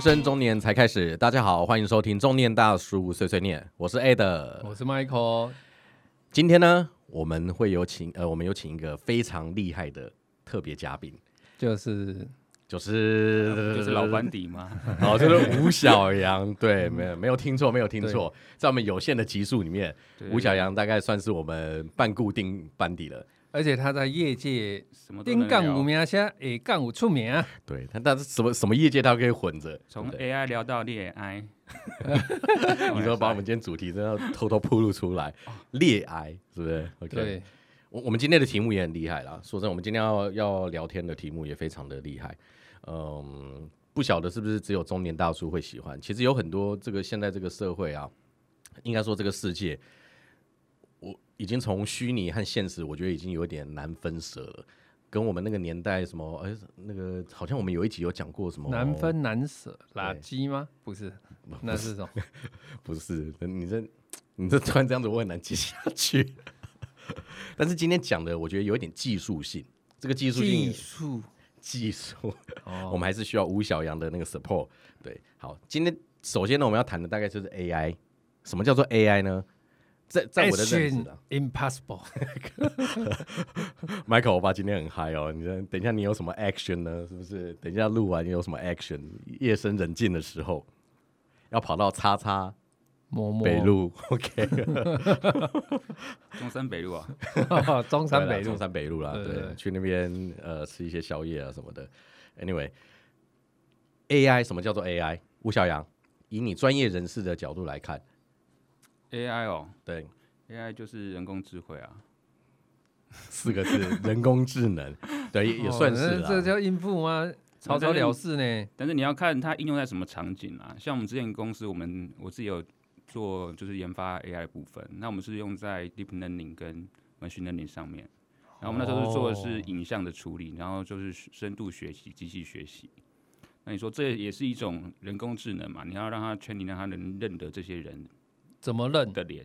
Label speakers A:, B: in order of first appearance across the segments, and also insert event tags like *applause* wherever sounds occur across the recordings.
A: 生中年才开始。大家好，欢迎收听中年大叔碎碎念，我是 A 的。
B: 我是 Michael，
A: 今天呢，我们会有请呃，我们有请一个非常厉害的特别嘉宾，
B: 就是
A: 就是
C: 就是老班底嘛，
A: *laughs* 哦，就是吴小阳，对，没有没有听错，没有听错，在我们有限的集数里面，
C: 对
A: 吴小阳大概算是我们半固定班底了。
B: 而且他在业界
C: 什么都能
B: 顶杠有
C: 聊，
B: 名声，下杠有出名。啊
A: 对他，但是什么什么业界他都可以混着。
C: 从
A: 对
C: AI 聊到恋爱，
A: *laughs* 你说把我们今天主题真的要偷偷铺露出来，
C: 哦
A: 恋癌是不是？OK，
B: 对，
A: 我我们今天的题目也很厉害啦。说真的，我们今天要要聊天的题目也非常的厉害。嗯，不晓得是不是只有中年大叔会喜欢？其实有很多这个现在这个社会啊，应该说这个世界，我已经从虚拟和现实，我觉得已经有点难分舍了。跟我们那个年代什么，哎、那个好像我们有一集有讲过什么
B: 难分难舍，
A: 哦对
B: 垃圾吗？不是，那是什么？
A: 不是，你这你这突然这样子，我很难接下去。 *laughs* 但是今天讲的，我觉得有一点技术性，这个技术性
B: 技术。
A: 技术，我
B: 哦，
A: 们还是需要吴小阳的那个 support。对，好，今天首先呢，我们要谈的大概就是 AI。什么叫做 AI 呢？在在我的认啊知
B: Action
A: 的
B: impossible， *laughs*
A: ，Michael 欧巴今天很嗨哦。你这等一下你有什么 action 呢？是不是？等一下录完你有什么 action？夜深人静的时候，要跑到叉
B: 哦
A: 叉
B: 摸摸
A: 北路、o *laughs* k
C: *laughs* 中山北路啊，
B: *laughs* 中山北
A: 中
B: 路，
A: 山北路啦，
B: 对对
A: 对，
B: 对
A: 去那边呃吃一些宵夜啊什么的。Anyway，AI 什么叫做 AI？吴小阳，以你专业人士的角度来看，
C: AI 哦
A: 对，
C: ，AI 就是人工智慧啊，
A: 四个
C: *laughs*
A: 字，人工智能，对，也也算是
B: 哦那这
A: 啦。
B: 叫应付吗？草草了事呢？
C: 但是你要看它应用在什么场景啊，像我们之前公司，我们我自己有做就是研发 AI 的部分，那我们是用在 deep learning 跟 machine learning 上面。然后我们那时候是做的是
B: 哦
C: 影像的处理，然后就是深度学习、机器学习。那你说这也是一种人工智能嘛？你要让它 training，让它能认得这些人，
B: 怎么认？
C: 的脸。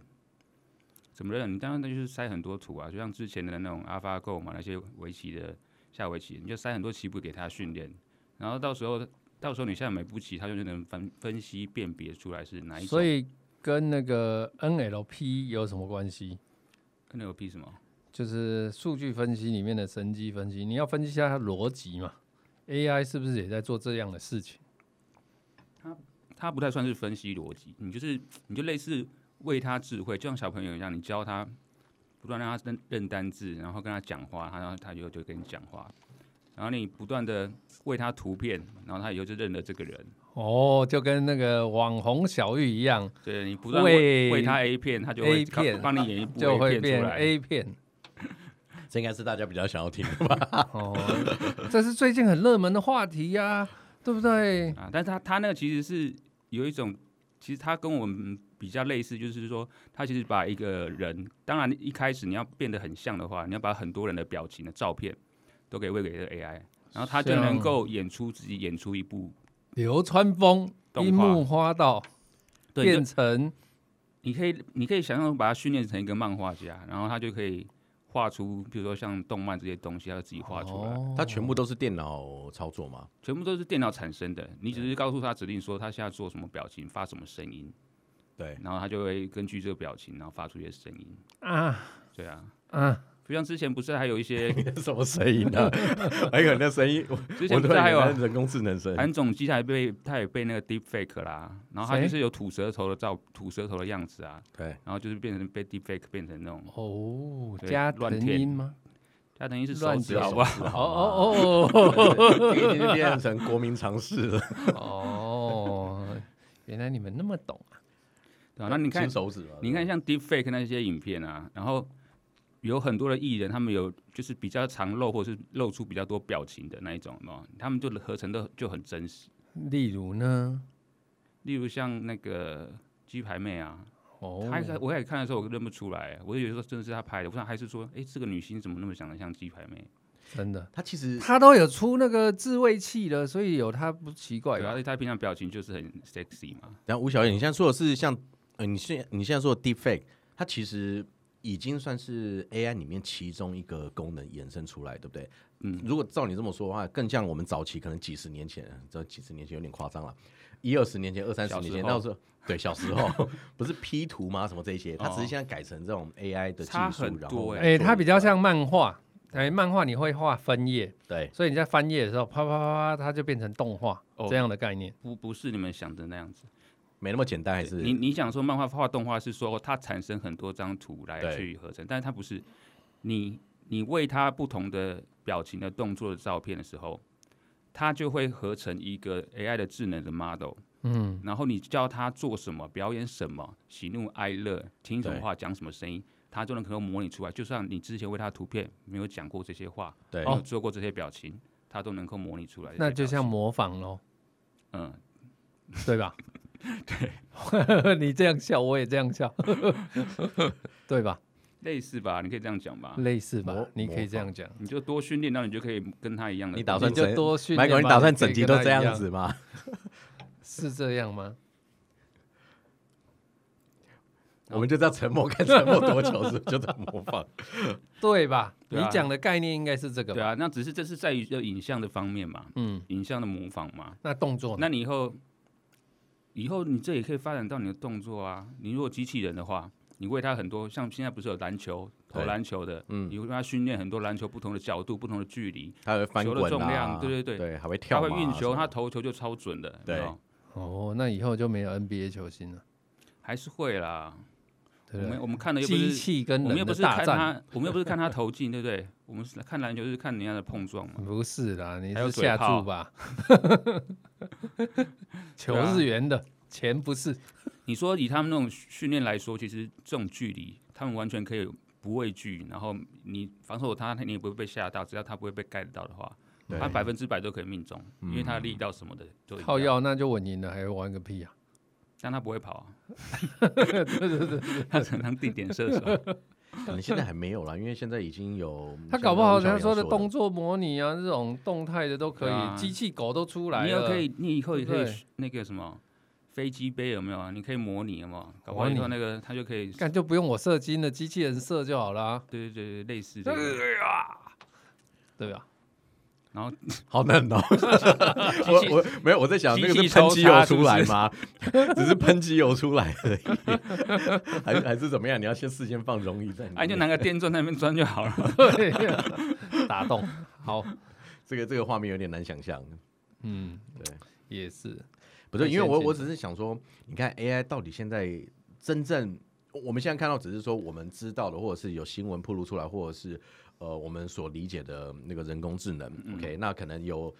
C: 怎么认？你当然那就是塞很多图啊，就像之前的那种 AlphaGo 嘛，那些围棋的下围棋，你就塞很多棋谱给他训练，然后到时候到时候你下每步棋，他就能分分析辨别出来是哪一种。
B: 所以跟那个 NLP 有什么关系？
C: 跟 NLP 什么？
B: 就是数据分析里面的神机分析，你要分析一下它逻辑嘛。AI 是不是也在做这样的事情？
C: 它不太算是分析逻辑，你就是你就类似喂他智慧，就像小朋友一样，你教他不断让他认认单字，然后跟他讲话，他然后他以后就跟你讲话，然后你不断的喂他图片，然后他以后就认了这个人。
B: 哦，就跟那个网红小玉一样，
C: 对你不断
B: 喂
C: 喂喂他 A 片，他就
B: A
C: 会
B: 片
C: 帮你演一部
B: *laughs* 就会
C: A 片
B: 变
C: 出来。
B: A 片。
A: 这应该是大家比较想要听的吧？
B: 哦，这是最近很热门的话题呀、对不对？
C: 啊，但是他他那个其实是有一种，其实他跟我们比较类似，就是说他其实把一个人，当然一开始你要变得很像的话，你要把很多人的表情的照片都给喂给这个 AI，然后他就
B: 像
C: 能够演出自己演出一部。
B: 流川枫、
C: 动画
B: 樱木花道
C: 对，
B: 变
C: 你就
B: 成
C: 你可以你可以想象把他训练成一个漫画家，然后他就可以画出，比如说像动漫这些东西，他就自己画出来。
B: 哦
A: 它全部都是电脑操作嘛？
C: 全部都是电脑产生的，你只是告诉他指令说他现在做什么表情，发什么声音， *laughs*
A: 对，
C: 然后他就会根据这个表情，然后发出一些声音。
B: 啊
C: 对啊，
B: 啊，
C: 就像之前不是还有一些，
A: 什么声音呢？还有那声音，我
C: 之
A: 我
C: 前不
A: 突
C: 是还
A: 然
C: 有
A: 有
C: 啊
A: 人工智能声，
C: 韩总机他也被他也被那个 deep fake 啦，然后他
B: 谁
C: 就是有吐舌头的照吐舌头的样子啊， *laughs*
A: 对，
C: 然后就是变成被 deep fake 变成那种，
B: 哦，
C: 对
B: 加
C: 乱
B: 藤
C: 舔
B: 鹰吗？
C: 他等于是手
B: 乱
C: 指啊
B: 讲
C: 好不好？
A: 好吧
B: 哦哦哦
A: 这个已经变成国民常识了，
B: 哦哦，原来你们那么懂啊！
C: 对啊，那你看
A: 亲手指嘛？
C: 你看像 Deep Fake 那些影片啊，然后有很多的艺人，他们有就是比较常露或是露出比较多表情的那一种嘛，他们就合成的就很真实。
B: 例如呢，
C: 例如像那个鸡排妹啊，
B: 哦，
C: 她一开我开始看的时候我认不出来，啊我有时候真的是她拍的，我想还是说，哎、这个女星怎么那么长得像鸡排妹？
B: 真的，
A: 它其实
B: 他都有出那个自慰器了，所以有他不奇怪
C: 对啊，而
B: 吧？
C: 且她平常表情就是很 sexy 嘛。
A: 然后吴小姐，你现在说的是像，呃，你现你现在说的 deepfake，它其实已经算是 AI 里面其中一个功能衍生出来，对不对？嗯，如果照你这么说的话，更像我们早期可能几十年前，这几十年前有点夸张了。一二十年前、二三十
C: 小
A: 年
C: 时
A: 前，
C: 候
A: 那时候对小时候不是 P 图吗？什么这些，它只
C: 哦
A: 是现在改成这种 AI 的技
C: 差
A: 术
C: 很，
A: 然后
C: 多
A: 来
C: 欸
B: 哎、
A: 做
B: 它比较像漫画，哎、漫画你会画分页，
A: 对
B: 所以你在翻页的时候，啪啪啪啪，它就变成动画、
C: 哦
B: 这样的概念。
C: 不不是你们想的那样子。
A: 没那么简单，还是
C: 你你想说漫画画动画是说它产生很多张图来
A: 对
C: 去合成，但是它不是你你为它不同的表情的动作的照片的时候，它就会合成一个 AI 的智能的 model，
B: 嗯，
C: 然后你叫它做什么，表演什么，喜怒哀乐，听什么
A: 对
C: 话，讲什么声音。它就能可能模拟出来，就算你之前为它图片没有讲过这些话，
A: 对
C: 没有做过这些表情，它都能够模拟出来这些表情。
B: 那就像模仿咯，
C: 嗯，
B: 对
C: *laughs*
B: 吧？对， *laughs* 你这样笑，我也这样笑， *laughs* 对吧？
C: 类似吧，你可以这样讲吧。
B: 类似吧
A: 模，
B: 你可以这
A: 模
B: 样讲。
C: 你就多训练，然后你就可以跟他一样的。
A: 你打算
B: 你就
A: 整
B: 多训练吧
A: ，Michael，你打算
B: 你可以
A: 整集
B: 跟
A: 都
B: 他
A: 这
B: 一样
A: 样子吗？
B: 是这样吗？
A: 我们就知道沉默看沉默多久，是不是就在模仿？
B: 对吧？
C: 对啊
B: 你讲的概念应该是这个吧。
C: 对啊，那只是这是在于这影像的方面嘛，
B: 嗯，
C: 影像的模仿嘛。
B: 那动作呢？
C: 那你以后，以后你这也可以发展到你的动作啊。你如果机器人的话，你为他很多，像现在不是有篮球投
A: 对
C: 篮球的，
A: 嗯
C: 你会让他训练很多篮球不同的角度、不同的距离，
A: 它会翻
C: 球的
A: 滚
C: 重
A: 啊，
C: 量对对对
A: 对，还会
C: 他
A: 跳嘛
C: 会
A: 什么的，
C: 运球，他投球就超准的，有没有
A: 对
B: 哦，那以后就没有 NBA 球星了，
C: 还是会啦。我
B: 对不
C: 们
B: 对？
C: 我们看的又不
B: 机
C: 是，
B: 器跟
C: 我们
B: 人
C: 又不
B: 的
C: 是
B: 大
C: 看
B: 战，
C: 他，我们又不是看他投进，对不对？我们是看篮球就是看人家的碰撞嘛。
B: *laughs* 不是啦，你
C: 还有
B: 是
C: 嘴
B: 下
C: 炮
B: 注吧？
C: *laughs*
B: 球
C: 啊
B: 是圆的，钱不是。
C: 你说以他们那种训练来说，其实这种距离，他们完全可以不畏惧，然后你防守他，你也不会被吓到，只要他不会被盖到的话，
A: 对嗯
C: 他百分之百都可以命中，因为他的力道什么的都一
B: 靠
C: 样，
B: 药那就稳赢了，还玩个屁啊！
C: 但他不
B: *laughs*
C: 会跑、啊， *laughs* 他只能当定点射手。
A: 可能现在还没有啦，因为现在已经
C: *laughs*
A: 有
B: 他搞不好他说
A: 说
B: 的动作模拟啊，这种动态的都可
C: 对啊
B: 以，机器狗都出来
C: 你又
B: 了，
C: 可以，你以后也可
B: 对
C: 以
B: 不对
C: 学那个什么飞机杯有没有啊？你可以模拟有没有？搞不
B: 模
C: 好
B: 拟
C: 以后那个他就可以，对
B: 干就不用我射精了，机器人射就好了啊，
C: 对对，对类
B: *laughs*
C: 似这个。
B: 呃对
C: *laughs*
B: 吧？
C: 然后
A: 好嫩哦！我我没有我在想那个
C: 机器
A: 是喷机
C: 抽
A: 油
C: 插是
A: 出
C: 不
A: 来
C: 是
A: 吗？ *laughs* 只是喷机油出来而已，还还是怎么样？你要先事先放溶液在里
C: 哎，你就
A: 面。
C: 拿个电钻在那边钻就好了。
B: 对呀，打动好，
A: 这个这个画面有点难想象，
B: 嗯，
A: 对，
B: 也是，
A: 不是
B: 那
A: 因为
B: 先
A: 我
B: 进
A: 我只是想说，你看 AI 到底现在真正我们现在看到，只是说我们知道的，或者是有新闻曝露出来，或者是呃我们所理解的那个人工智能。OK，那可能有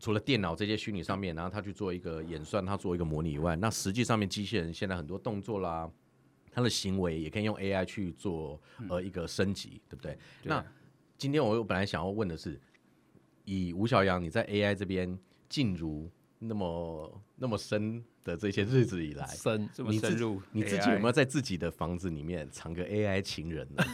A: 除了电脑这些虚拟上面，然后它去做一个演算，它做一个模拟以外，那实际上面机器人现在很多动作啦。它的行为也可以用 AI 去做呃一个升级，对不对？
C: 嗯对
A: 那今天我又本来想要问的是，以吴小阳你在 AI 这边进入那么那么深的这些日子以来，
B: 深
C: 这么
A: 你自
C: 深入，
A: 你自己有没
C: 有？
A: 有在自己的房子里面藏个 AI 情人呢？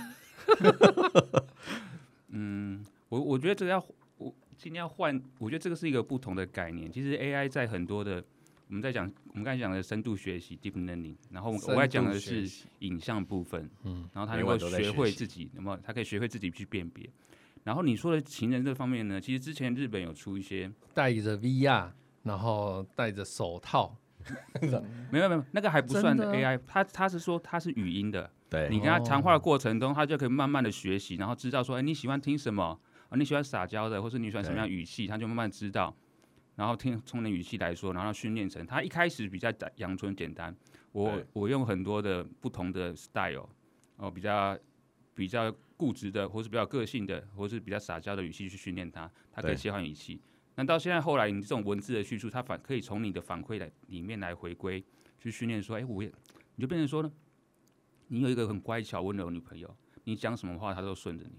C: 我我觉得这个要我今天要换，我觉得这个是一个不同的概念。其实 AI 在很多的我们在讲我们刚才讲的深度学习 （deep learning），然后我
B: 深
C: 我
B: 度
C: 在讲的
B: 学
C: 是影像部分，嗯，然后它能
A: 每晚
C: 够
A: 都在学
C: 学
A: 习
C: 会自己，那么它可以学会自己去辨别。然后你说的情人这方面呢，其实之前日本有出一些，
B: 戴着 VR，然后戴着手套，
C: 没有没有，那个还不算
B: 真的啊哦
C: AI，它它是说它是语音的，
A: 对
C: 你跟他谈话的过程中，他就可以慢慢的学习，然后知道说，哎、你喜欢听什么？啊，你喜欢撒娇的，或是你喜欢什么样的语气，他就慢慢知道。然后听从你语气来说，然后训练成他一开始比较阳春简单。我
A: 对
C: 我用很多的不同的 style，哦、比较比较固执的，或是比较个性的，或是比较撒娇的语气去训练他，他可以
A: 对
C: 切换语气。那到现在后来，你这种文字的叙述，它反可以从你的反馈来里面来回归，去训练说，哎、我也你就变成说呢，你有一个很乖巧温柔的女朋友，你讲什么话她都顺着你。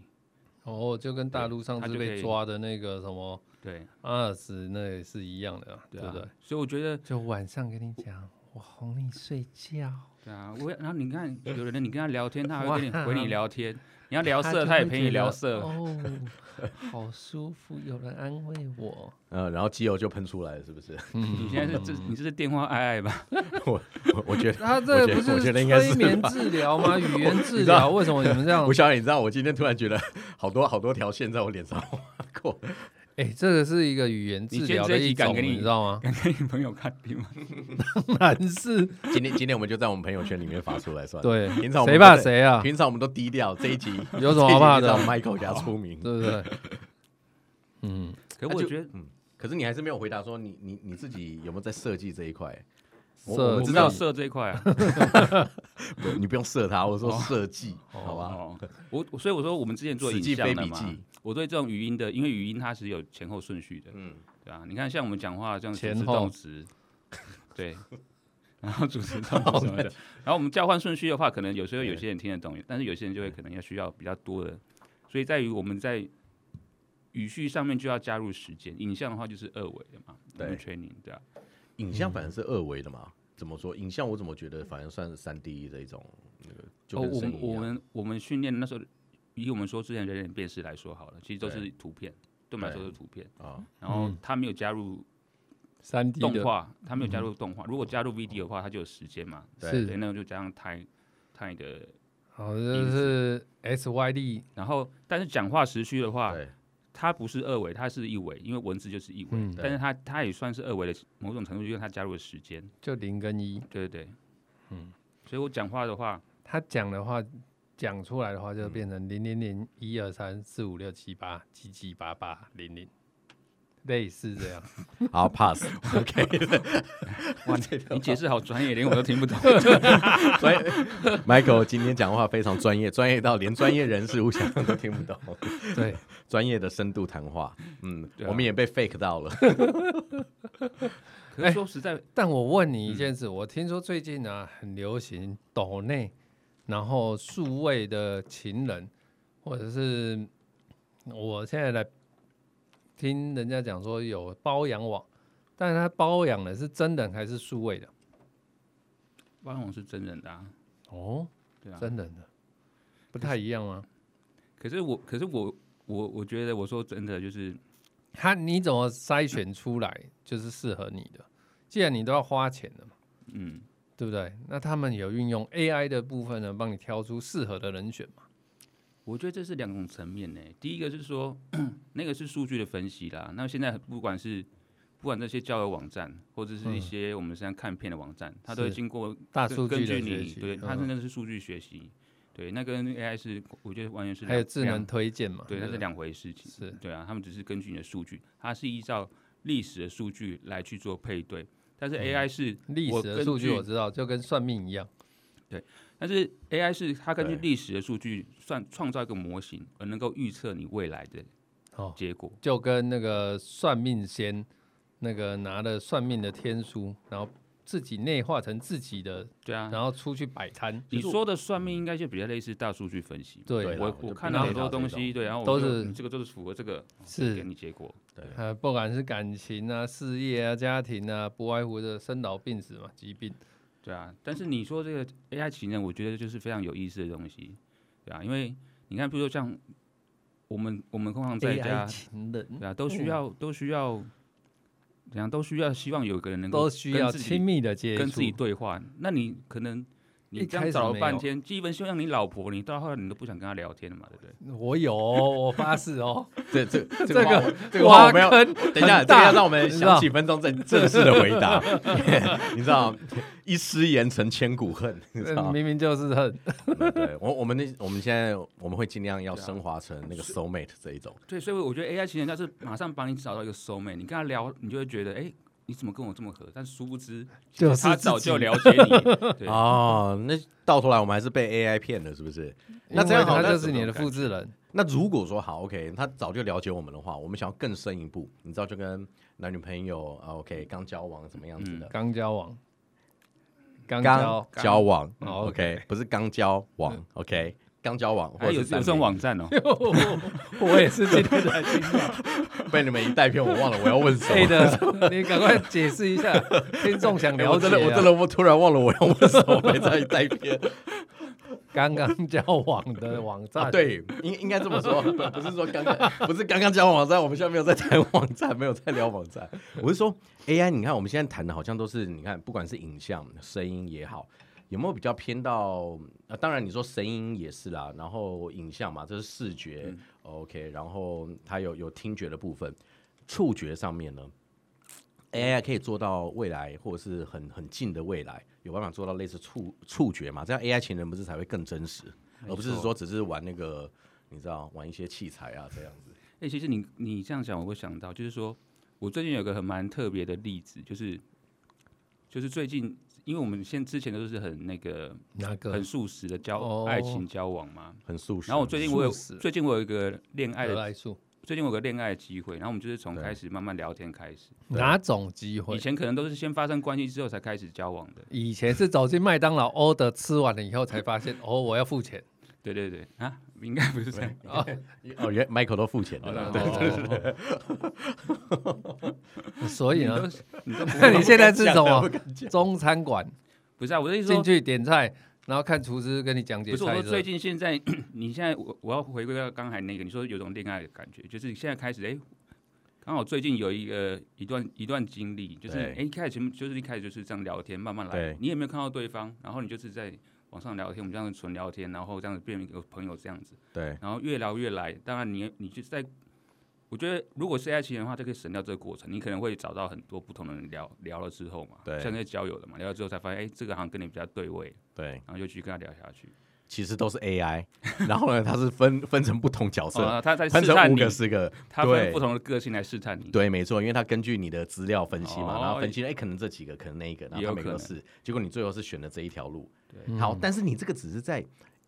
B: 哦，就跟大陆上
C: 他
B: 次
C: 就可
B: 被
C: 以
B: 抓的那个什么
C: 对
B: 阿尔斯那也是一样的啊，对
C: 啊，
B: 不对？
C: 所以我觉得，
B: 就晚上跟你讲，我哄你睡觉，
C: 对啊，我也然后你看，有的人你跟他聊天，他还
B: 哇
C: 会跟你回你聊天；你要聊
B: 他
C: 色，
B: 就
C: 他也
B: 会
C: 陪
B: 觉
C: 你
B: 得
C: 聊色。
B: 哦，好舒服，有人安慰我。
A: 呃，然后机油就喷出来了，是不
C: *laughs*
A: 是？
C: 你现在是这，你这是电话爱爱吧？ *laughs*
A: 我我我觉 *laughs* 得。
B: *laughs* 他这
A: 我觉得
B: 不
A: 我
B: 是
A: 觉得应该是
B: 催眠治疗 *laughs* 吗？语言治
A: 知道
B: 疗？为什么你们这样
A: 吴？小阳，你知道我今天突然觉得好多好多条线在我脸上划过，
B: 哎、这个是一个语言治
C: 你先
B: 疗
C: 这
B: 的
C: 一集
B: 一
C: 敢
B: 种，
C: 给
B: 你
C: 你
B: 知道吗？
C: 敢
B: *laughs*
C: 给你朋友看听吗？
B: 难是，
A: 今天今天我们就在我们朋友圈里面发出来算了。
B: 对，
A: 平常我们
B: 谁
A: 都
B: 怕
A: 在
B: 谁啊？
A: 平常我们都低调，这一
C: *laughs*
A: 集
B: 有什么好怕的
A: 这一集就让 Michael 给他出名。
B: 对不对？嗯，
C: 可
A: 那
C: 我
A: 就
C: 觉得
A: 可是你还是没有回答说你你你自己有没有在设计这一块？我
B: 设
A: 我
C: 我
A: 们知
C: 知
A: 道
C: 道
A: 设，
C: 射这一块啊，
A: 对你不用设他，我说设计，好吧？
C: 哦，我我所以我说我们之前做
A: 死
C: 影
A: 记
C: 像
A: 非
C: 的
A: 笔
C: 嘛
A: 记，
C: 我对这种语音的，因为语音它是有前后顺序的，
A: 嗯，
C: 对啊，你看像我们讲话这样主
B: 前
C: 词
B: 后
C: 动
A: *laughs*
C: 词，对，然后主词动词什么的，然后我们交换顺序的话，可能有时候有
A: 对
C: 些人听得懂，但是有些人就会可能要需要比较多的，所以在于我们在语序上面就要加入时间，影像的话就是二维的嘛，我们 training 对啊，
A: 影像反而是二维的嘛？怎么说？影像我怎么觉得反而算是三 D 这一种，那
C: 哦，
A: 个就
C: 我
A: 跟声
C: 们
A: 音一
C: 我
A: 样。
C: 们我们训练那时候，以我们说之前人脸辨识来说好了，其实都是图片，对我们来说
A: 对
C: 都是图片，
A: 啊，
C: 然后
B: 嗯
C: 它没有加入
B: 三 D
C: 动
B: 的
C: 画，它没有加入动画，如果加入 video 的话，它就有时间嘛，
A: 嗯哦对
B: 是
C: 对，那就加上 time time 的
B: 好，这是 S Y D，
C: 然后，但是讲话时区的话，
A: 对，
C: 它不是二维，它是一维，因为文字就是一维。
B: 嗯
C: 但是它它也算是二维的某种程度，因为它加入了时间。
B: 就零跟一。
C: 对对对，嗯。所以我讲话
A: *laughs*
C: 的话，
B: 他讲的话，讲出来的话
C: 嗯
B: 就变成零零零一二三四五六七八七七八八零零，类似
C: *laughs*
B: 这样。
A: 好 pass。 *laughs*
C: 哇，你你解释好专业，连我都
A: *laughs*
C: 听不懂。
A: 所以 *laughs* Michael 今天讲话非常专业，专业到连专业人士互相都听不懂，
B: 对，
A: 专业的深度谈话。嗯，
C: 对啊
A: 我们也被 fake 到了。
C: 可是说实
A: 哎
C: 在，
B: 但我问你
C: 嗯
B: 一件事，我听说最近啊很流行抖内，然后数位的情人，或者是我现在来听人家讲说有包养网，但是他包养的是真人还是数位的？
C: 汪龙是真人的、啊，
B: 哦，
C: 对啊。
B: 真人的，不太一样吗？
C: 可是我，可是我，我我觉得我说真的就是，
B: 他你怎么筛选出来就是适合你的？既然你都要花钱了嘛，
C: 嗯，
B: 对不对？那他们有运用 AI 的部分呢，帮你挑出适合的人选嘛？
C: 我觉得这是两种层面呢。第一个是说， *clears throat* 那个是数据的分析啦。那现在不管是不管这些交友网站，或者是一些我们现在看片的网站，它都
B: 嗯
C: 会
B: 是
C: 经过
B: 大
C: 根
B: 数据
C: 根
B: 的
C: 据
B: 学
C: 你
B: 习，
C: 对，
B: 嗯
C: 它真的是数据学习，对，那跟 AI 是我觉得完全是
B: 还有
C: 两
B: 智能
C: 两
B: 推荐嘛？
C: 对，那是
B: 不
C: 两回事情。
B: 是
C: 对啊，他们只是根据你的数据，它是依照历史的数据来去做配对，但是 AI 是
B: 嗯历
C: 我
B: 史的
C: 根
B: 数据
C: 据
B: 我知道，就跟算命一样。
C: 但是 AI 是它根据
A: 对
C: 历史的数据算创造一个模型，而能够预测你未来的
B: 哦
C: 结果。
B: 就跟那个算命仙，那个拿了算命的天书，然后自己内化成自己的，
C: 对啊，
B: 然后出去摆摊。
C: 你说的算命应该就比较类似大数据分析嘛。
A: 对
B: 嗯对，啊
A: 啦
C: 我
A: 我
C: 我
A: 就
C: 看
B: 不
C: 到
B: 知
C: 很
A: 道
C: 多
A: 这
C: 东
A: 种
C: 西，对，然后我
B: 都
C: 就是你这个就是符合这个，
B: 是
C: 给你结果。
B: 呃，不管是感情啊、事业啊、家庭啊，不外乎的生老病死嘛，疾病。
C: 对啊，但是你说这个 AI 情人，我觉得就是非常有意思的东西，对啊，因为你看，比如说像我们我们通常在
B: AI
C: 家，
B: 情人
C: 对啊，都需要都需要，怎样都需要希望有个人能够
B: 都需
C: 跟
B: 要
C: 自己
B: 亲密的接触，
C: 跟自己对话，那你可能。
B: 一
C: 你这样
B: 开始
C: 找
B: 没
C: 了半
B: 有
C: 天，基本希望你老婆，你到后来你都不想跟她聊天了嘛，对不对？
B: 我有哦，我发誓哦，
A: 这
B: *laughs*
A: 这这
B: 这
A: 话
B: 个
A: 这个话我
B: 挖
A: 们要
B: 坑
A: 等一下，
B: 很
A: 这个
B: 大
A: 要让我们
B: 你知
A: 想
B: 道
A: 几分钟正正式的回
B: *laughs*
A: 答。 *laughs* 你知道，一失言成千古恨，你知道
B: 嗯
A: 吗？
B: 明明就是很
A: 嗯对，我我们那我们现在我们会尽量要升华成
B: 啊
A: 那个 soul mate 这一种。
C: 对，所以我觉得 AI 情人它是马上帮你找到一个 soul mate，你跟他聊，你就会觉得，哎、你怎么跟我这么合？但殊不
B: 哦
C: 知，
B: 就是
C: 他
B: 自
C: 早
B: 己
C: 就了解 *laughs* 你。对，
A: 哦，那到头来我们还是被 AI 骗了，是不是？那
B: 因
A: 这样
B: 为
A: 好，
B: 他
A: 那
B: 就是你的复制人，
A: 那如果说好，OK，他早就了解我们的话，我们想要更深一步，你知道，就跟男女朋友啊，OK，刚交往怎么样子的，
B: 刚交往，刚
A: 刚
B: 交，
A: 交往
C: 嗯
A: ，OK，不是刚交往，OK，刚交往，或
C: 还
A: 者
C: 嗯哎有有
A: 是三
C: 这种
A: 年
C: 网站哦、
B: 我也是今天才听到。
A: 被你们一带偏，我忘了我要问
C: *laughs*
A: 什么。
C: 哎
B: 对的，你赶快解释一下，听众想
A: *laughs* 哎
B: 了
A: 我
B: 解
A: 真
B: 啊。
A: 的，我真的，我突然忘了我要问什么，被这样一带偏。
B: 刚刚交往的网
A: 啊，
B: 站，，
A: 对，应应该这么说，不是说刚刚，不是刚刚讲网站，我们现在没有在谈网站，没有在聊网站。我是说 AI，你看我们现在谈的好像都是，你看不管是影像、声音也好，有没有比较偏到？啊、当然你说声音也是啦，然后影像嘛，这是视觉、o k 然后它有有听觉的部分。触觉上面呢，AI 可以做到未来或者是很很近的未来，有办法做到类似触触觉嘛？这样 AI 情人不是才会更真实，
C: 没
A: 而不是
C: 错
A: 说只是玩那个你知道玩一些器材啊这样子。
C: 哎、其实你你这样讲，我会想到，就是说我最近有个很蛮特别的例子，就是就是最近，因为我们先之前都是很那个
B: 哪个
C: 很素食的交、
B: 哦
C: 爱情交往嘛。
A: 很素食。
C: 然后我最近我有
B: 素食
C: 最近我有一个恋爱
B: 得
C: 的，
B: 来速？
C: 最近我有个恋爱的机会，然后我们就是从
A: 对
C: 开始慢慢聊天开始，
B: 哪种机会
C: 以？前可能都是先发生关系之后才开始交往的，
B: 以前是走进麦当劳 order 吃完了以后才发现，哦，我要付钱。
C: 对对对啊，应该不是这样，
A: *laughs* 哦，原 Michael 都付钱的
C: 哦 *laughs*
A: 啦，
B: 对对。 *laughs* 所以呢
C: 你，都你都不
B: *laughs* 那你现在是什
A: 不
B: 么
A: 敢讲？
B: 中餐馆
C: 不是啊，我的意思说
B: 进去点菜，然后看厨师跟你讲解
C: 不是我
B: 菜
C: 说，
B: 色
C: 最近现在 *coughs* 你现在我我要回归到刚才那个，你说有种恋爱的感觉，就是现在开始哎，诶刚、好最近有一个一段一段经历，就是
A: 对
C: 哎、一开始前面就是一开始就是这样聊天，慢慢来
A: 对，
C: 你也没有看到对方，然后你就是在网上聊天，我们这样子纯聊天，然后这样子变成一个朋友这样子，
A: 对
C: 然后越聊越来，当然你你就在。我觉得，如果是爱情的话，就可以省掉这个过程。你可能会找到很多不同的人聊聊了之后嘛，
A: 对
C: 像那些交友的嘛，聊了之后才发现，哎、这个好像跟你比较对味，
A: 对，
C: 然后就继续跟他聊下去。
A: 其实都是 AI，然 *laughs* 后呢，它是分分成不同角色，
C: 哦，他在
A: 分
C: 试
A: 成
C: 探
A: 五
C: 你，
A: 个、十个，
C: 他
A: 对
C: 分不同的个性来试探你。
A: 对，没错，因为它根据你的资料分析嘛，
C: 哦
A: 然后分析，哎，可能这几个，可能那一个，然后
C: 也有
A: 它每个都
C: 可
A: 是，结果你最后是选了这一条路。
B: 嗯
A: 好，但是你这个只是在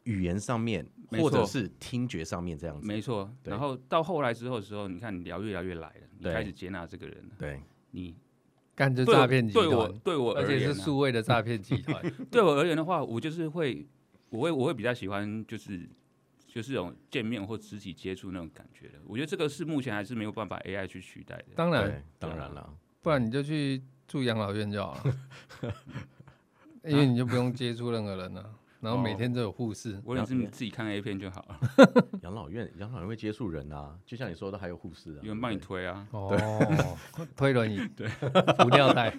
A: 语言上面，
C: 没
A: 或者
C: 错
A: 是听觉上面这样子，
C: 没错。
A: 对
C: 然后到后来之后的时候，你看你聊越聊越来了，你
A: 对
C: 开始接纳这个人了。
A: 对
C: 你
B: 干这
C: 对我
B: 诈骗集
C: 对我
B: 团，
C: 对我
B: 而
C: 而
B: 且
C: 言
B: 是
C: 啊
B: 数位的诈骗集团。
C: *laughs* 对我而言的话，我就是会，我会我会比较喜欢就是就是这种见面或肢体接触那种感觉的。我觉得这个是目前还是没有办法 AI 去取代的。
B: 当然，
A: 对，当然了，
B: 不然你就去住养老院就好
C: *laughs*
B: 了，因为你就不用接触任何人了、然后每天都有护士。
C: 我也是自己看 A 片就好了，
A: *laughs* 养老院养老院会接触人啊，就像你说的，还有护士啊，
C: 有人帮你
A: 对
C: 推啊。
B: 哦， *laughs* 推轮椅，对，扶尿带，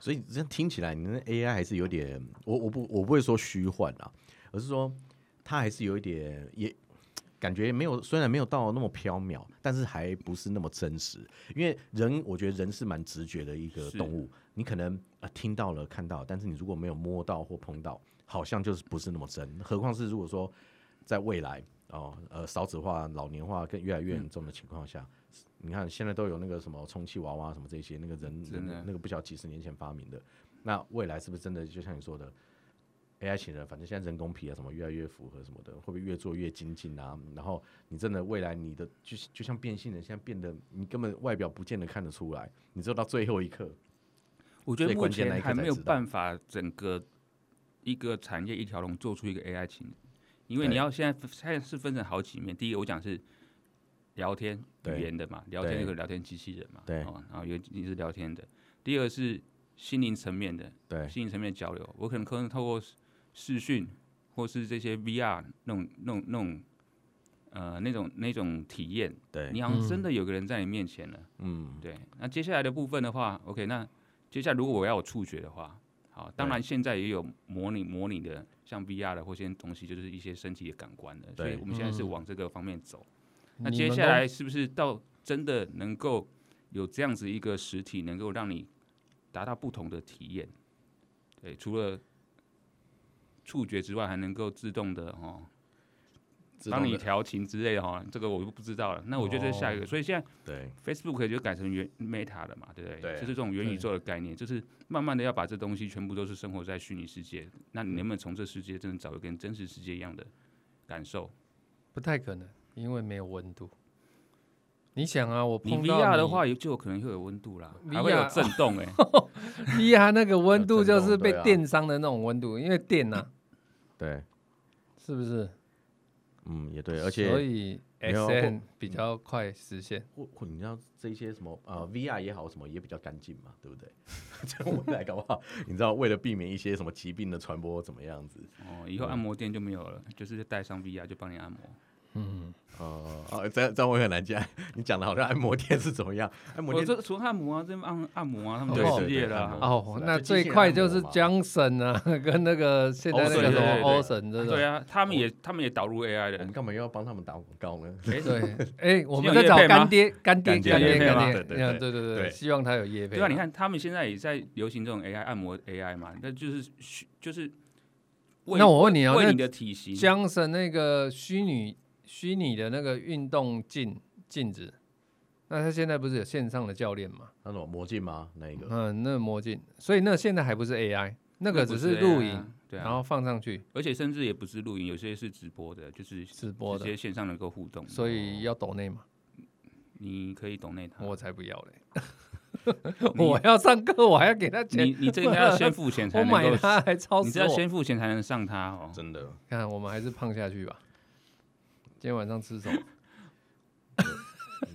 A: 所以这样听起来，你那 AI 还是有点，我我不我不会说虚幻啊，而是说它还是有一点也。感觉没有，虽然没有到那么缥缈，但是还不是那么真实。因为人，我觉得人是蛮直觉的一个
C: 是
A: 动物，你可能啊、呃听到了、看到，但是你如果没有摸到或碰到，好像就是不是那么真。何况是如果说在未来哦，呃，少子化、老年化更越来越严重的情况下，你看现在都有那个什么充气娃娃什么这些，那个人
C: 真的
A: 那个不晓得几十年前发明的，那未来是不是真的就像你说的，AI 型人，反正现在人工皮啊什么越来越符合什么的，会不会越做越精进啊？然后你真的未来你的就就像变性人，现在变得你根本外表不见得看得出来，你只有到最后一刻，
C: 我觉得
A: 最
C: 目
A: 关键那一
C: 前
A: 刻
C: 还
A: 才
C: 没有
A: 知道
C: 办法整个一个产业一条龙做出一个 AI 情人，因为你
A: 对
C: 要现在现在是分成好几面。第一个我讲是聊天
A: 对
C: 语言的嘛，聊天
A: 对
C: 有个聊天机器人嘛，
A: 对
C: 哦，然后有你是聊天的。第二个是心灵层面的，
A: 对
C: 心灵层面的交流，我可能可能透过视视讯或是这些 VR 那种那种那种呃那种那种体验，
A: 对，
C: 你好像
B: 嗯
C: 真的有个人在你面前了。
A: 嗯，
C: 对，那接下来的部分的话，OK，那接下来如果我要有触觉的话，好，当然现在也有模拟模拟的，像 VR 的或些东西，就是一些身体的感官的，所以
A: 对
C: 我们现在是
B: 嗯
C: 往这个方面走。 *laughs* 那
B: 你
C: 接
B: 们
C: 下
B: 都
C: 来是不是到真的能够有这样子一个实体，能够让你达到不同的体验？对，除了触觉之外，还能够自动的哦，
A: 自
C: 帮
A: 动
C: 你
A: 的
C: 调情之类的哈、哦，这个我就不知道了。那我觉得这是下
A: 哦
C: 一个，所以现在。
A: 对
C: Facebook 就改成元 Meta 了嘛，对不对？
A: 对啊
C: 就是这种元宇宙的概念，就是慢慢的要把这东西全部都是生活在虚拟世界。那你能不能从这世界真的找一个跟真实世界一样的感受？
B: 不太可能，因为没有温度。你想啊，我
C: 你
B: 碰到
C: VR
B: *laughs*
C: 的话，也就有可能会有温度啦，还会
B: VR
C: 有震动哎、
B: ，VR 那个温度
A: 震
B: 就
A: 动
B: 是被
A: 对啊
B: 电伤的那种温度，因为电呐、
A: 对，
B: 是不是？
A: 嗯，也对，而
B: 所
A: 且
B: 以
A: 没有嗯
B: XN 比较快实现。
A: 或或你知道这一些什么呃 VR 也好，什么也比较干净嘛，对不 *laughs* 对？这样未来搞不好，你知道为了避免一些什么疾病的传播怎么样子？
C: 哦，以后按摩店就没有了，就是带上 VR 就帮你按摩。
A: 哦、哦，这样这样我也很难讲。 *laughs* 你讲的好像按摩店是怎么样？按摩
C: 我
A: 店
C: 哦这除了按摩啊，这按按摩啊，他们
B: 对
C: 就
B: 对
C: 失业
A: 对
C: 了
A: 按
C: 啊。
A: 摩
B: 哦，
A: 是啊
B: 那
A: 就机器
B: 最
A: 人
B: 快
A: 按
B: 就
A: 摩
B: 是
A: 嘛
B: Johnson 啊，跟那个现在那个什么 o
C: Olsen，
B: s e n 这种
C: 对。啊，他们也他们也导入 AI
A: 我们
C: 的。
A: 干嘛又要帮他们打广告呢？ *laughs*
C: 哎
B: 对，哎，我
C: 今
B: 们
C: 天有
B: 在
C: 业
B: 找
C: 配吗
B: 干爹，干爹，
A: 干爹
B: 干
C: 有
B: 爹，
C: 业配
B: 干
C: 吗
B: 爹，
A: 对对对
B: 嗯对对对，
A: 对啊
B: 希望他有业配。
C: 对啊吧？你，看他们现在也在流行这种 AI 按摩 AI 嘛，那就是需就是为
B: 那我问你啊，
C: 为
B: 那
C: 你的体型，
B: Johnson 那个虚拟虚拟的那个运动镜镜子，那他现在不是有线上的教练嘛？
A: 那种魔镜吗？那一个？
B: 嗯，那魔镜，所以那现在还不是 AI，那个只
C: 不
B: 是
C: AI
B: 录
C: 啊
B: 影，，
C: 对
B: 然
C: 啊，
B: 后放上去
C: 而且甚至也不是录影，有些是直播的，就是
B: 直播
C: 直
B: 的，
C: 接哦线上能够互动，
B: 所以要抖内嘛。
C: 你可以懂那他。
B: 我才不要嘞！
C: *laughs* 你
B: 我要上课，我还要给他
C: 你
B: 钱，
C: 你这应该要先付钱
B: 我
C: 才能
B: 买
C: 够，
B: 它还超
C: 你
B: 死
C: 这要
B: 我。
C: 先付钱才能上它哦。
A: 真的，
B: 看，我们还是胖下去吧。今天晚上吃什么？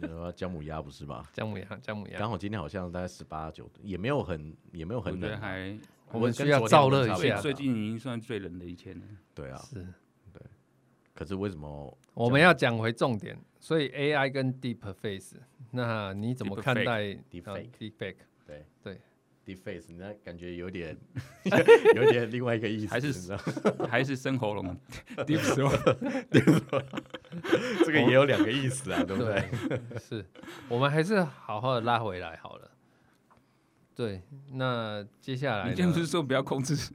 A: 你说姜母鸭不是吧？
B: 姜母鸭，姜母鸭。
A: 刚好今天好像大概十八九，也没有很也没有
C: 我
A: 很
C: 觉得
A: 冷，
C: 还
B: 我们
A: 跟
B: 啊需要
A: 昨天
B: 燥
A: 温
B: 热
A: 差
B: 一
A: 不多
B: 下
C: 最近已经算最冷的一天了。
A: 对啊，
B: 是，
A: 可是为什么
B: 我们要讲回重点。所以 AI 跟 Deep Face，那你怎么看待
A: Deep
B: 啊
A: fake
B: Deep Fake？
A: 对
B: 对
A: d e f a c e 那感觉有点有点另外一个意思，
C: 还是
A: 你知道吗
C: 还是生喉咙
B: Deep Throat
A: 这个也有两个意思啊，对不对？
B: 对， *laughs* 是我们还是好好的拉回来好了。对，那接下 *laughs* 来
C: 你
B: 呢
C: 之前不是说不要控制，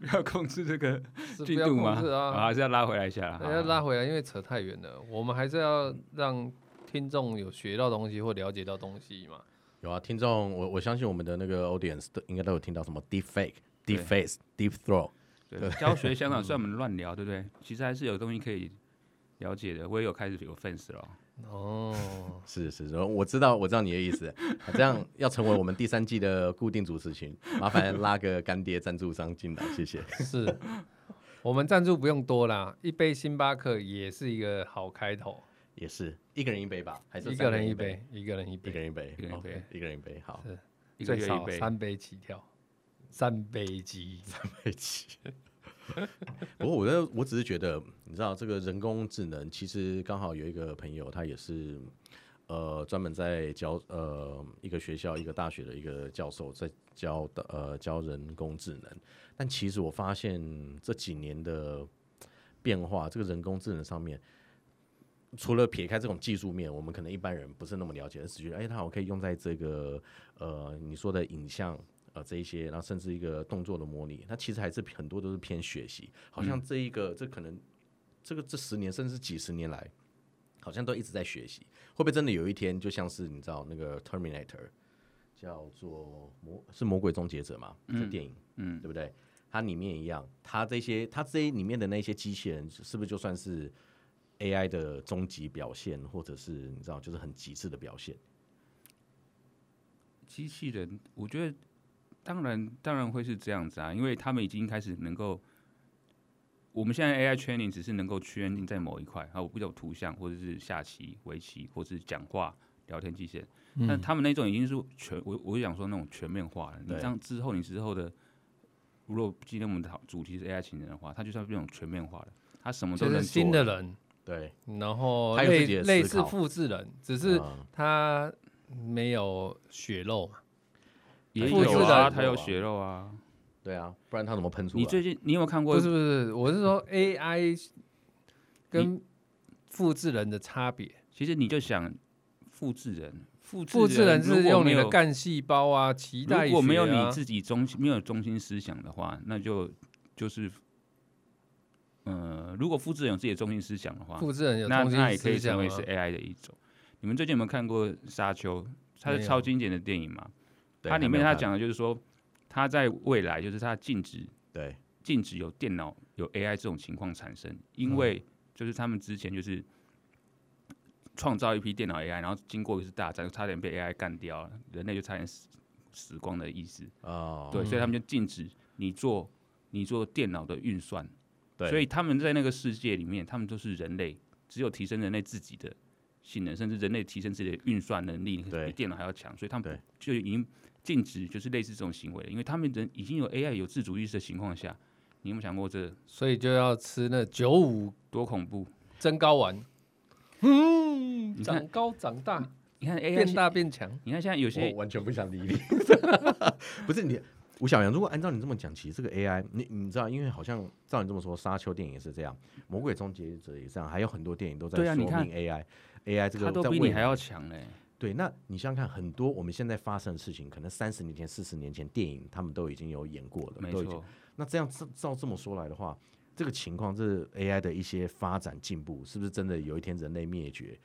C: 不要控制
B: *laughs*
C: 这个
B: 是不
C: 进
B: 要
C: 度吗？
B: 控制啊，
C: 还是要拉回来一下。
B: 要拉回来，因为扯太远了。我们还是要让听众有学到东西或了解到东西嘛。
A: 有啊，听众，我我相信我们的那个 audience 都应该都有听到什么 deep fake、deep
C: 对
A: face、deep throat，
C: 对，教学
B: *laughs*
C: 香港虽然我们乱聊，对不对？其实还是有东西可以了解的。我也有开始有 fans 了哦，
B: 哦，
A: 是是，然后我知道我知道你的意思，啊这样要成为我们第三季的固定主持群，麻烦拉个干爹赞助商进来，谢谢。
B: 是我们赞助不用多啦，一杯星巴克也是一个好开头，
A: 也是一个人一杯吧，还是
B: 一
A: 三
B: 个人一
A: 一，
B: 杯，一个人一
A: 一个
B: 杯，
A: 人一杯
C: 一个人一杯
A: ，OK，一个人一杯，好，
C: 一
B: 最
C: 个月
B: 少
C: 一杯。
B: 三杯起跳，三杯鸡。
A: 佩奇。不过我觉得，我只是觉得，你知道这个人工智能，其实刚好有一个朋友，他也是呃专门在教呃一个学校一个大学的一个教授，在教的呃教人工智能。但其实我发现这几年的变化，这个人工智能上面。除了撇开这种技术面，我们可能一般人不是那么了解，只觉得哎，它好像可以用在这个呃你说的影像呃这一些，然后甚至一个动作的模拟，它其实还是很多都是偏学习，好
C: 嗯
A: 像这一个、这可能这个这十年甚至几十年来，好像都一直在学习，会不会真的有一天就像是你知道那个 Terminator 叫做魔是魔鬼终结者嘛？这电影，
C: 嗯
A: 对不对？它里面一样，它这些它这里面的那些机器人是不是就算是 AI 的终极表现，或者是你知道就是很极致的表现？
C: 机器人，我觉得当然当然会是这样子啊，因为他们已经开始能够，我们现在 AI training 只是能够圈定在某一块，啊，我不有图像或者是下棋、围棋，或是讲话、聊天机器人，
B: 嗯
C: 但他们那种已经是全，我我就想说那种全面化了。你
A: 对
C: 这样之后，你之后的，如果今天我们的主题是 AI 情人的话，它就是要那种全面化的，它什么都
B: 就
C: 能
B: 是
C: 做
B: 新的人，
A: 对，
B: 然后
A: 他有自
B: 类
A: 己的思
B: 类似
A: 考
B: 复制人，只是
A: 嗯
B: 他没有血肉嘛。
C: 也
B: 复制
C: 有
B: 的
C: 啊，它有血肉啊。
A: 对啊，不然它怎么喷出来？
C: 你最近你有没有看过
B: 不是不是，我是
C: *laughs*
B: 说 AI 跟复制人的差别。
C: 其实你就想复制人，复制
B: 复制人
C: 如
B: 是
C: 果
B: 用
C: 没
B: 你的
C: 有
B: 干细胞啊、脐带、
C: 如果没有
B: 啊
C: 你，自己中心没有中心思想的话，那就就是，呃，如果复制人有自己的中心思想的话，
B: 复制人有
C: 那
B: 中
C: 那也
B: 心
C: 可以
B: 思
C: 成
B: 想啊
C: 为
B: 吗
C: 是 AI 的一种。你们最近有没有看过《沙丘》？它
B: 没
C: 是
B: 有
C: 超经典的电影嘛？
A: 对
C: 它里
A: 还没
C: 面
A: 有
C: 它
A: 看
C: 讲的就是说，它在未来就是它禁止
A: 对
C: 禁止有电脑有 AI 这种情况产生，因为就是他们之前就是创造一批电脑 AI，然后经过一次大战，差点被 AI 干掉了，人类就差点死死光的意思。
A: 哦，
C: 对，所以他们就禁止你做你做电脑的运算。
A: 对
C: 所以他们在那个世界里面，他们都是人类，只有提升人类自己的性能，甚至人类提升自己的运算能力，
A: 对
C: 比电脑还要强。所以他们
A: 对
C: 不就已经禁止就是类似这种行为了，因为他们人已经有 AI 有自主意识的情况下，你有没有想过这
B: 所以就要吃那九五
C: 多恐怖？
B: 增高丸，嗯，*laughs*
C: 你
B: 长
C: 看
B: 高长大
C: 你看 AI
B: 变
C: 现
B: 大变强，
C: 你看现在有
A: 我
C: 些
A: 完全不想理你。不是你，吴小阳，如果按照你这么讲，其实这个 AI，你你知道，因为好像照你这么说，沙丘电影也是这样，《魔鬼终结者》也这样，还有很多电影都在
C: 对啊
A: 说明
C: 你看
A: AI，AI、AI 这个
C: 它都
A: 在
C: 比
A: 未
C: 你还
A: 来
C: 要强嘞，
A: 对，那你想想看，很多我们现在发生的事情，可能三十年前、四十年前，电影他们都已经有演过了，
C: 没
A: 都已经。
C: 错，
A: 那这样照照这么说来的话，这个情况，这 AI 的一些发展进步，是不是真的有一天人类灭绝，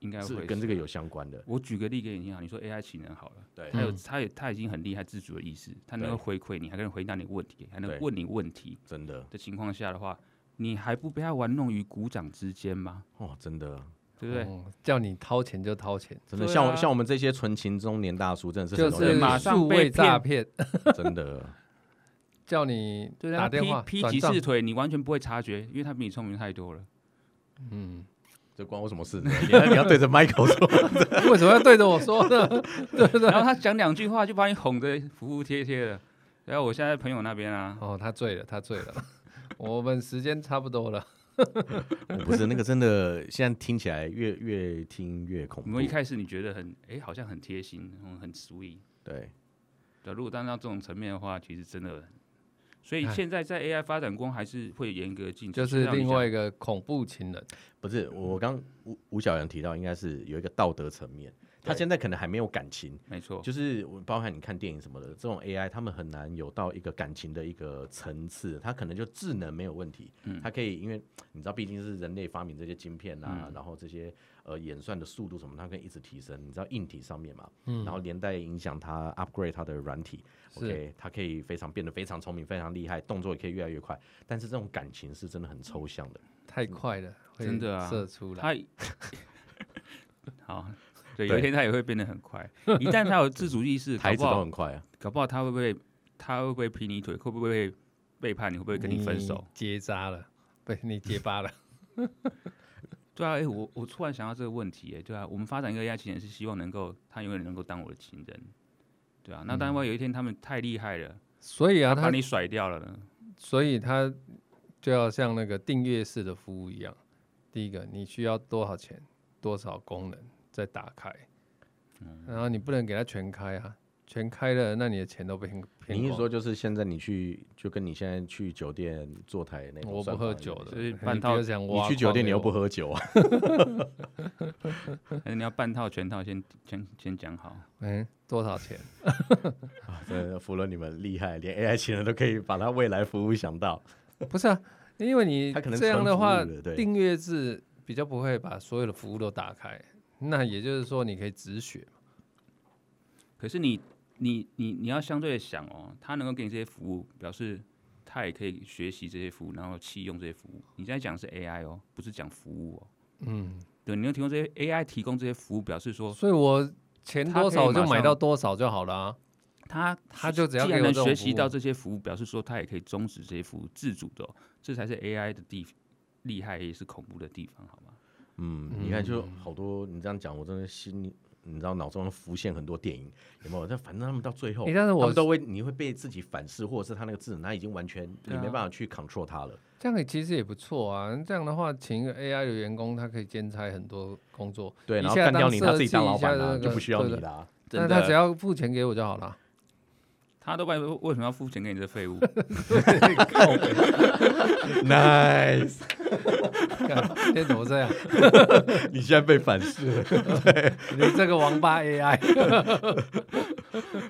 C: 应该
A: 是
C: 会
A: 跟
C: 是啊
A: 这个有相关的？
C: 我举个例给你听啊，你说 AI 技能好了，
A: 对
C: 它有
B: 嗯
C: 它也它已经很厉害自主的意识，它能够回馈你，还能回答你问题，还
A: 对
C: 能问你问题
A: 真的
C: 的情况下的话，你还不被它玩弄于股掌之间吗？
A: 哦，真的
C: 对不对？
B: 嗯叫你掏钱就掏钱，
A: 真的，
C: 对
A: 像我
C: 啊
A: 像我们这些纯情中年大叔，真的是
B: 就
A: 很容易
B: 是
A: 被
C: 马上
B: 数
C: 被
B: 位诈
C: 骗
B: 骗，
A: 真的 *laughs*
B: 叫你
C: 对啊，
B: 打电话
C: 劈
B: 转
C: 劈几
B: 账
C: 次腿，你完全不会察觉，因为它比你聪明太多了。
A: 这关我什么事呢？原来你要对着 Michael 说，
B: *laughs* 为什么要对着我说呢？对不对？
C: 然后他讲两句话就把你哄得服服帖帖的。然后我现在朋友那边啊，
B: 哦，他醉了，他醉了。我们时间差不多了，
A: 我 *laughs* 不是那个真的，现在听起来越越听越恐
C: 我
A: 怖
C: 们一。开始你觉得很哎，好像很贴心，嗯很 sweet。
A: 对，
C: 对，如果单到这种层面的话，其实真的，所以
B: 哎
C: 现在在 AI 发展中还是会严格禁止，
B: 就是
C: 像你
B: 另
C: 讲
B: 外一个恐怖情人，
A: 不是我刚吴吴小阳提到，应该是有一个道德层面，他
B: 对
A: 现在可能还没有感情，
C: 没错，
A: 就是我包含你看电影什么的，这种 AI 他们很难有到一个感情的一个层次，它可能就智能没有问题，
C: 嗯
A: 它可以因为你知道，毕竟是人类发明这些晶片啊，
C: 嗯
A: 然后这些呃演算的速度什么，它可以一直提升。你知道硬体上面嘛，然后连带影响它 upgrade 它的软体
B: 是
A: ，OK，它可以非常变得非常聪明，非常厉害，动作也可以越来越快，但是这种感情是真的很抽象的。
B: 太快了，会
C: 真的啊
B: 射出来。
C: 他
B: *laughs*
C: *laughs* 好，对，有一天他也会变得很
B: *laughs*
C: 快。一旦他有自主意识，搞
A: 台子
C: 不
A: 都
C: 好
A: 很快啊，
C: 搞不好他会不会他会不会劈你腿，会不会背叛你，会不会跟你分手？
B: 结扎了，被你结巴了。 *laughs*
C: 对啊，哎、我我突然想到这个问题、哎，对啊，我们发展一个 AI 情人是希望能够他永远能够当我的情人，对啊，那但万一有一天他们太厉害了，
B: 所以啊，
C: 把
B: 他
C: 你甩掉了 *laughs* 呢？
B: 所以他就要像那个订阅式的服务一样，第一个你需要多少钱，多少功能再打开，
A: 嗯
B: 然后你不能给他全开啊，全开了那你的钱都被骗骗
A: 你一
B: 光
A: 说就是现在你去，就跟你现在去酒店坐台那种，
B: 我不喝酒的，
C: 就
B: 你
C: 是半
B: 不
C: 套
B: 要想
A: 你
B: 挖
A: 去酒
B: 矿
A: 店你
B: 给
A: 又
B: 我
A: 不喝酒啊？
C: 还是你要半套全套先先先讲好？
B: 嗯，多少钱？
A: 真的服了你们厉害，
B: *laughs*
A: 连 AI 情人都可以把他未来服务想到。
B: 不是啊，因为你
A: 他可能
B: 这样
A: 纯
B: 的
A: 服务
B: 话
A: 的，对
B: 订阅制比较不会把所有的服务都打开。那也就是说，你可以止血。
C: 可是你你你你要相对的想哦，他能够给你这些服务，表示他也可以学习这些服务，然后弃用这些服务。你现在讲的是 AI 哦，不是讲服务哦。
B: 嗯，
C: 对，你能提供这些 AI 提供这些服务，表示说
B: 所以我钱
C: 他
B: 多
C: 可以
B: 少我
C: 马
B: 就买
C: 上
B: 到多少就好了啊。
C: 他
B: 他就只要
C: 既
B: 给
C: 然
B: 我
C: 能
B: 这种
C: 学
B: 服
C: 习
B: 务
C: 到这些服务，表示说他也可以终止这些服务，自主的哦、这才是 AI 的地厉害也是恐怖的地方，好吗？
A: 嗯，你看就好多，你这样讲，我真的心里，你知道脑中浮现很多电影，有没有？但反正他们到最后，
B: 诶但是
A: 他
B: 我
A: 们都会，你会被自己反噬，或者是他那个智能，他已经完全你
C: 对啊
A: 没办法去 control 他了。
B: 这样也其实也不错啊。这样的话，请一个 AI 的员工，他可以兼差很多工作。
A: 对，
B: 一
A: 然后
B: 下
A: 干掉
B: 当
A: 你，
B: 设
A: 他自己
B: 计
A: 当
B: 一
A: 老
B: 下
A: 板啦，
B: 这
A: 就
B: 个
A: 不需要
B: 对
A: 你
B: 的
A: 啦。
B: 那
C: 真
B: 他只
C: 的，
B: 要付钱给我就好了。
C: 他都为为什么要付钱给你这废物？
B: *laughs*
A: Nice，
B: 干今天怎么这样？ *laughs*
A: 你现在被反噬了，
B: 你这个王八
A: *laughs*
B: AI，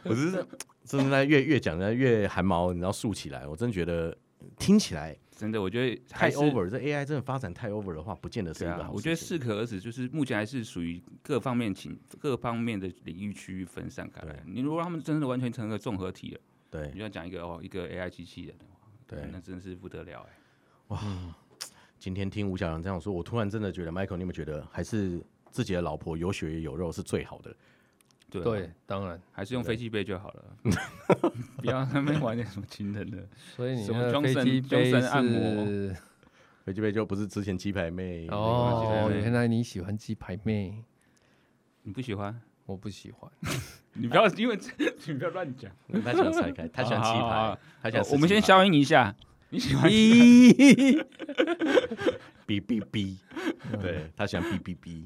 A: 我只是真的越越讲，越汗毛你知道竖起来，我真觉得听起来
C: 真的，我
A: *laughs*
C: 觉得还
A: 太
C: 是
A: over，这 AI 真的发展太 over 的话，不见得是一
C: 对
A: 个
C: 啊，
A: 好
C: 我觉得
A: 事情
C: 适可而止，就是目前还是属于各方面情各方面的领域区域分散开来
A: 对。
C: 你如果让他们真的完全成个综合体了，
A: 对
C: 你。就要讲一个哦，一个 AI 机器人的话，
A: 对
C: 那真是不得了哎、
A: 今天听吴小阳这样说，我突然真的觉得，Michael，你有没有觉得还是自己的老婆有血有肉是最好的？
C: 对啊
B: 对，当然。
C: 还是用飞机杯就好
A: *laughs*
C: 了，不要在那边玩点什么情人的。
B: 所以你
C: 什么
B: 那个
C: 装
B: 飞
C: 神
B: 机
C: 装
B: 杯
C: 神按摩
B: 是
A: 飞机杯就不是之前鸡排妹
C: 鸡排
B: 哦，
C: 妹
B: 原来你喜欢鸡排妹，
C: 你不喜欢？
B: 我不喜欢。
C: 你不要因为这， *laughs* 你不要乱讲。哦
A: 那个他喜欢拆开，他喜欢鸡
C: 好好好
A: 排
C: 好，
A: 他喜欢吃鸡排。
C: *laughs* 我们先消音一下。
A: 咦。哔哔哔，对他喜欢哔哔哔，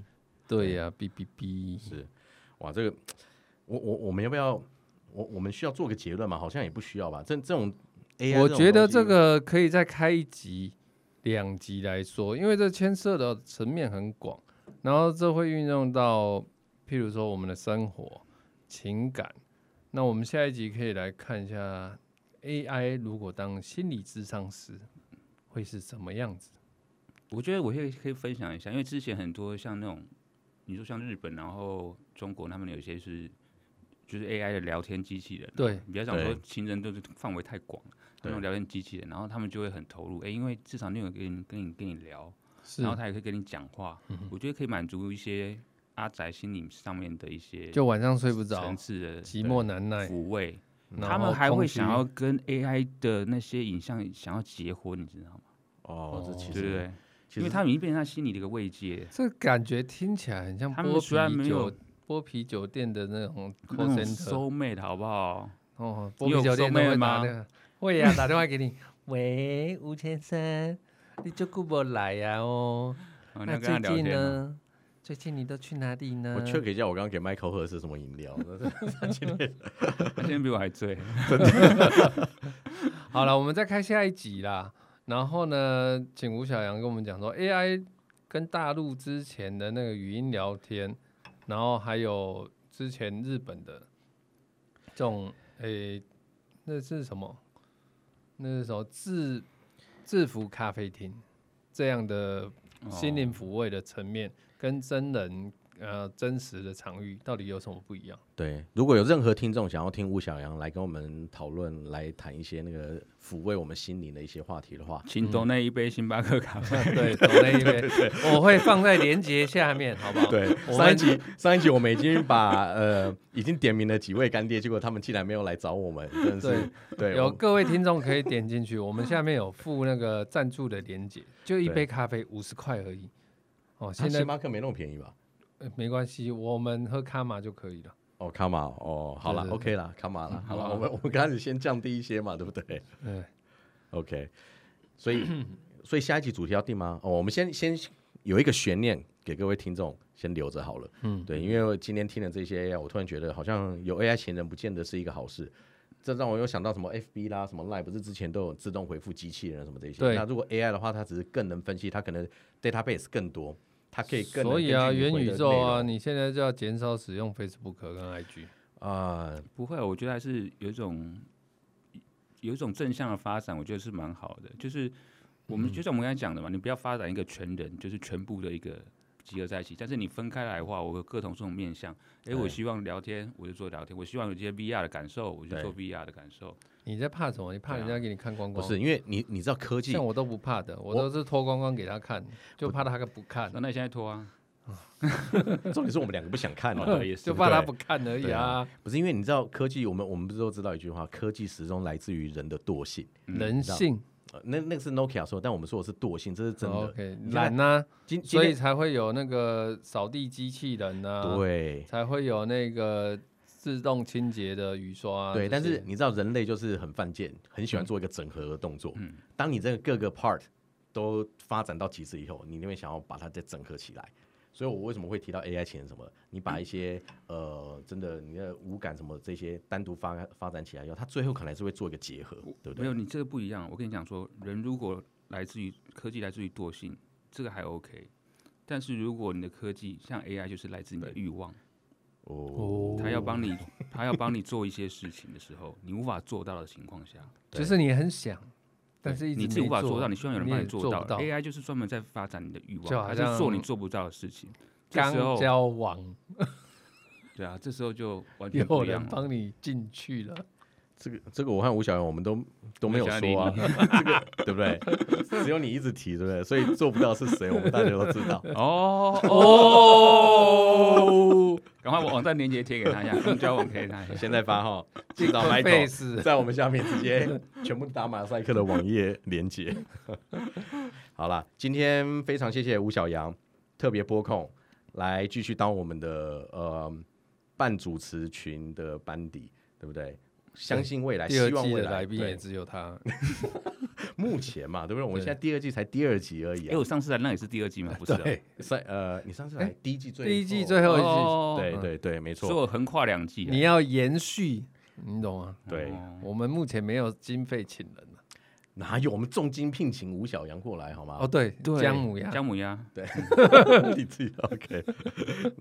B: 对呀、哔哔哔，
A: 是哇，这个我我我们要不要我我们需要做个结论吗？好像也不需要吧。这这种 AI，
B: 我
A: 种
B: 觉得
A: 东西
B: 这个可以再开一集、两集来说，因为这牵涉的层面很广，然后这会运用到，譬如说我们的生活、情感。那我们下一集可以来看一下 AI 如果当心理智商师会是什么样子。
C: 我觉得我可以可以分享一下，因为之前很多像那种，你说像日本，然后中国，他们有一些是就是 AI 的聊天机器人，
B: 对，
C: 比较想说
A: 对
C: 情人都是范围太广了，那种
A: 对
C: 聊天机器人，然后他们就会很投入，哎、因为至少你有跟你跟你跟你聊，
B: 是
C: 然后他也可以跟你讲话，我觉得可以满足一些阿宅心理上面的一些
B: 就晚上睡不着
C: 层，次的
B: 寂寞难耐，
C: 抚慰，
B: 然
C: 他们
B: 后
C: 还
B: 空
C: 会
B: 虚
C: 想要跟 AI 的那些影像想要结婚，你知道吗？
A: 哦，这其
C: 对
A: 实
C: 对对，
A: 其
C: 因为
A: 实
C: 他们已经变成他心里的一个慰藉。
B: 这感觉听起来很像
C: 他们
B: 剥
C: 虽然
B: 皮
C: 没有
B: 酒、剥皮酒店的那种 call
C: 那种
B: center
C: soul mate 好不好？
B: 哦，
C: 你
B: 剥皮
C: 有
B: 酒店都
C: 收
B: 会
C: 妹
B: 打
C: 吗
B: 电话，会呀、打电话给
C: *laughs*
B: 你，喂，吴先生，你就顾不来呀、哦，
C: 哦你
B: 那
C: 要跟他
B: 最
C: 聊
B: 近
C: 天吗？
B: 呢？最近你都去哪里呢？
A: 我 check 一下我刚刚给 Michael 喝的是什么饮
B: *laughs*
A: 料，
C: 哦他现在比我还醉。
B: 好了，我们再开下一集啦。然后呢，请吴小杨跟我们讲说，AI 跟大陆之前的那个语音聊天，然后还有之前日本的这种诶、那是什么？那是什么制制服咖啡厅这样的心灵抚慰的层面，跟真人呃真实的场域到底有什么不一 *laughs* 样？
A: 对，如果有任何听众想要听吴小阳来跟我们讨论，来谈一些那个抚慰我们心灵的一些话题的
B: *laughs*
A: 话，
C: 请
B: 嗯
C: 懂那一杯星巴克咖啡。
B: 对，懂那一边，我会放在连接下面，好不
A: *laughs*
B: 好？
A: 对，
B: 我
A: 上一
B: 们
A: 集上一集我们已经把呃已经点名了几位干爹，结果他们竟然没有来找我们，真的是对
B: 有
A: 我啊
B: 各位听众可以点进去，我们下面有附那个赞助的连接，就一
A: 对
B: 杯咖啡五十块而已。哦，
A: 啊
B: 现在
A: 星、巴克没那么便宜吧？
B: 呃没关系，我们喝卡玛就可以了。
A: 哦，卡玛哦，好了
B: 对对
A: ，OK 啦，卡玛啦，好
B: *laughs*
A: 了，
C: 好啊
A: 我们我们开始先降低一些嘛，对不对
B: 对，
A: ？OK，所
B: *coughs*
A: 以所以下一集主题要定吗？哦，我们先先有一个悬念给各位听众先留着好了。
B: 嗯，
A: 对，因为我今天听了这些 AI，我突然觉得好像有 AI 情人不见得是一个好事。这让我又想到什么 FB 啦，什么 Line，不是之前都有自动回复机器人什么这些。
B: 对
A: 那如果 AI 的话，它只是更能分析，它可能 database 更多，它可以更能
B: 所以啊，
A: 根据
B: 元
A: 你回的
B: 宇宙啊，
A: 内
B: 你现在就要减少使用 Facebook 跟 IG。
A: 容啊，
C: 不会，我觉得还是有一种有一种正向的发展，我觉得是蛮好的。就是我
A: 嗯
C: 们、就像我们刚才讲的嘛，你不要发展一个全人，就是全部的一个集合在一起。但是你分开来的话，我有各种这种面向。哎，我
A: 对
C: 希望聊天，我就做聊天；我希望有一些 VR 的感受，我就
A: 对
C: 做 VR 的感受。
B: 你在怕什么？你怕
A: 啊
B: 人家给你看光
A: 不
B: 光？
A: 是，因为你你知道科技
B: 像我都不怕的，我都是脱光光给他看，就怕他不看
A: *laughs*
C: 那，那你现在拖啊，
A: 重点是我们两个不想看
C: 哦
A: 的，
C: 也
B: *laughs*
C: 是
B: 就怕他
A: 对
B: 不看而已
A: 对
B: 啊
A: 啊。不是因为你知道科技，我们我们不是都知道一句话，科技始终来自于人的惰性。
C: 嗯
B: 人性
A: 呃那那个是 Nokia 说的，但我们说的是惰性，这是真的。
B: ，OK，
A: 你看
B: 懒啊，
A: 今今
B: 所以
A: 天
B: 才会有那个扫地机器人啊。
A: 对，
B: 才会有那个自动清洁的雨刷、啊。
A: 对，
B: 这
A: 但
B: 些
A: 是你知道人类就是很犯贱，很喜欢做一个整合的动作。
C: 嗯
A: 当你这个各个 part 都发展到极致以后，你就会想要把它再整合起来。所以我为什么会提到 AI 情人什么的？你把一些、呃，真的你的五感什么这些单独发发展起来以后，它最后可能还是会做一个结合，对不
C: 没
A: 对？
C: 有，你这个不一样。我跟你讲说，人如果来自于科技，来自于惰性，这个还 OK。但是如果你的科技像 AI，就是来自你的欲望，
A: 哦，
C: 它要帮你，它要帮你做一些事情的时候，你无法做到的情况下，
A: 对
B: 就是你很想，但是一直
C: 你自己无
B: 没
C: 法做到，你希望有人帮
B: 也
C: 你做到
B: 不。到。
C: AI 就是专门在发展你的欲
B: 就
C: 望，
B: 好
C: 它
B: 像
C: 是做你做不到的事情。这时
B: 刚
C: 候，
B: 交往，
C: 对啊，这时候就完全
B: 有
C: 不一样
B: 人
C: 了。
B: 帮你进去了，
A: 这个这个我和吴小阳我们都都没有说啊， *laughs* 这个对不对？只有你一直提，对不对？所以做不到是谁，我们大家都知道。
B: *laughs*
C: 哦哦，赶快网站链接贴给他一下，公交网贴给他一下。
A: 现在发哈，至少
B: Face
A: Michael 在我们下面直接全部打马赛克的网页连接。 *laughs* 好啦，今天非常谢谢吴小阳特别拨空来继续当我们的呃半主持群的班底，对不对？相信未来，
B: 第
A: 希
B: 二
A: 望
B: 季
A: 未
B: 的
A: 来
B: 来宾也
A: 对
B: 只有他，
A: 目前嘛，对不对？我们现在第二季才第二集而已
C: 哎，
A: 啊
C: 我。上次来那也是第二季嘛，不是啊？
B: 对，
A: 上呃，你上次来
B: 哎
A: 第一季最
B: 第一季最后一嗯季，
C: 哦
A: 对对对，没
C: 所以
A: 错，
C: 我横跨两季啊。
B: 你要延续，你懂吗？
A: 对，
C: 哦
B: 我们目前没有经费请人啊
A: 哪有我们重金聘请吴小阳过来好吗？
B: 哦，对，
C: 对
B: 姜母鸭
C: 姜母鸭，
A: *laughs* 你自己 OK。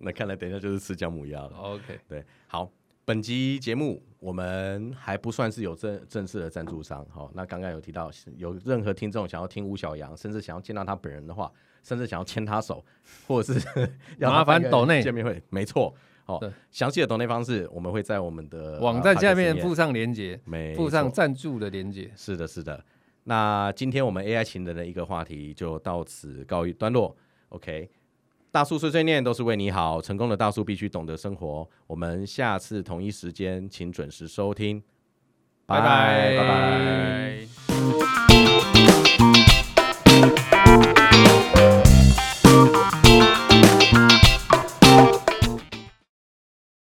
A: 那看来等一下就是吃姜母鸭了。
B: ，OK，
A: 对，好，本集节目我们还不算是有正正式的赞助商。好、那刚刚有提到，有任何听众想要听吴小阳，甚至想要见到他本人的话，甚至想要牵他手， *laughs* 或者是要
B: 麻
A: 他办
B: 烦
A: 个
B: 抖内
A: 见面会，没错。好、
B: 对
A: 详细的抖内方式我们会在我们的
B: 网站下面，
A: 呃
B: 附上连接，
A: podcast 没
B: 附上
A: 错
B: 赞助的连接。
A: 是的，是的。那今天我们 AI 情人的一个话题就到此告一段落。OK，大叔碎碎念都是为你好，成功的大叔必须懂得生活。我们下次同一时间请准时收听，
B: 拜拜
A: 拜拜。
C: 拜。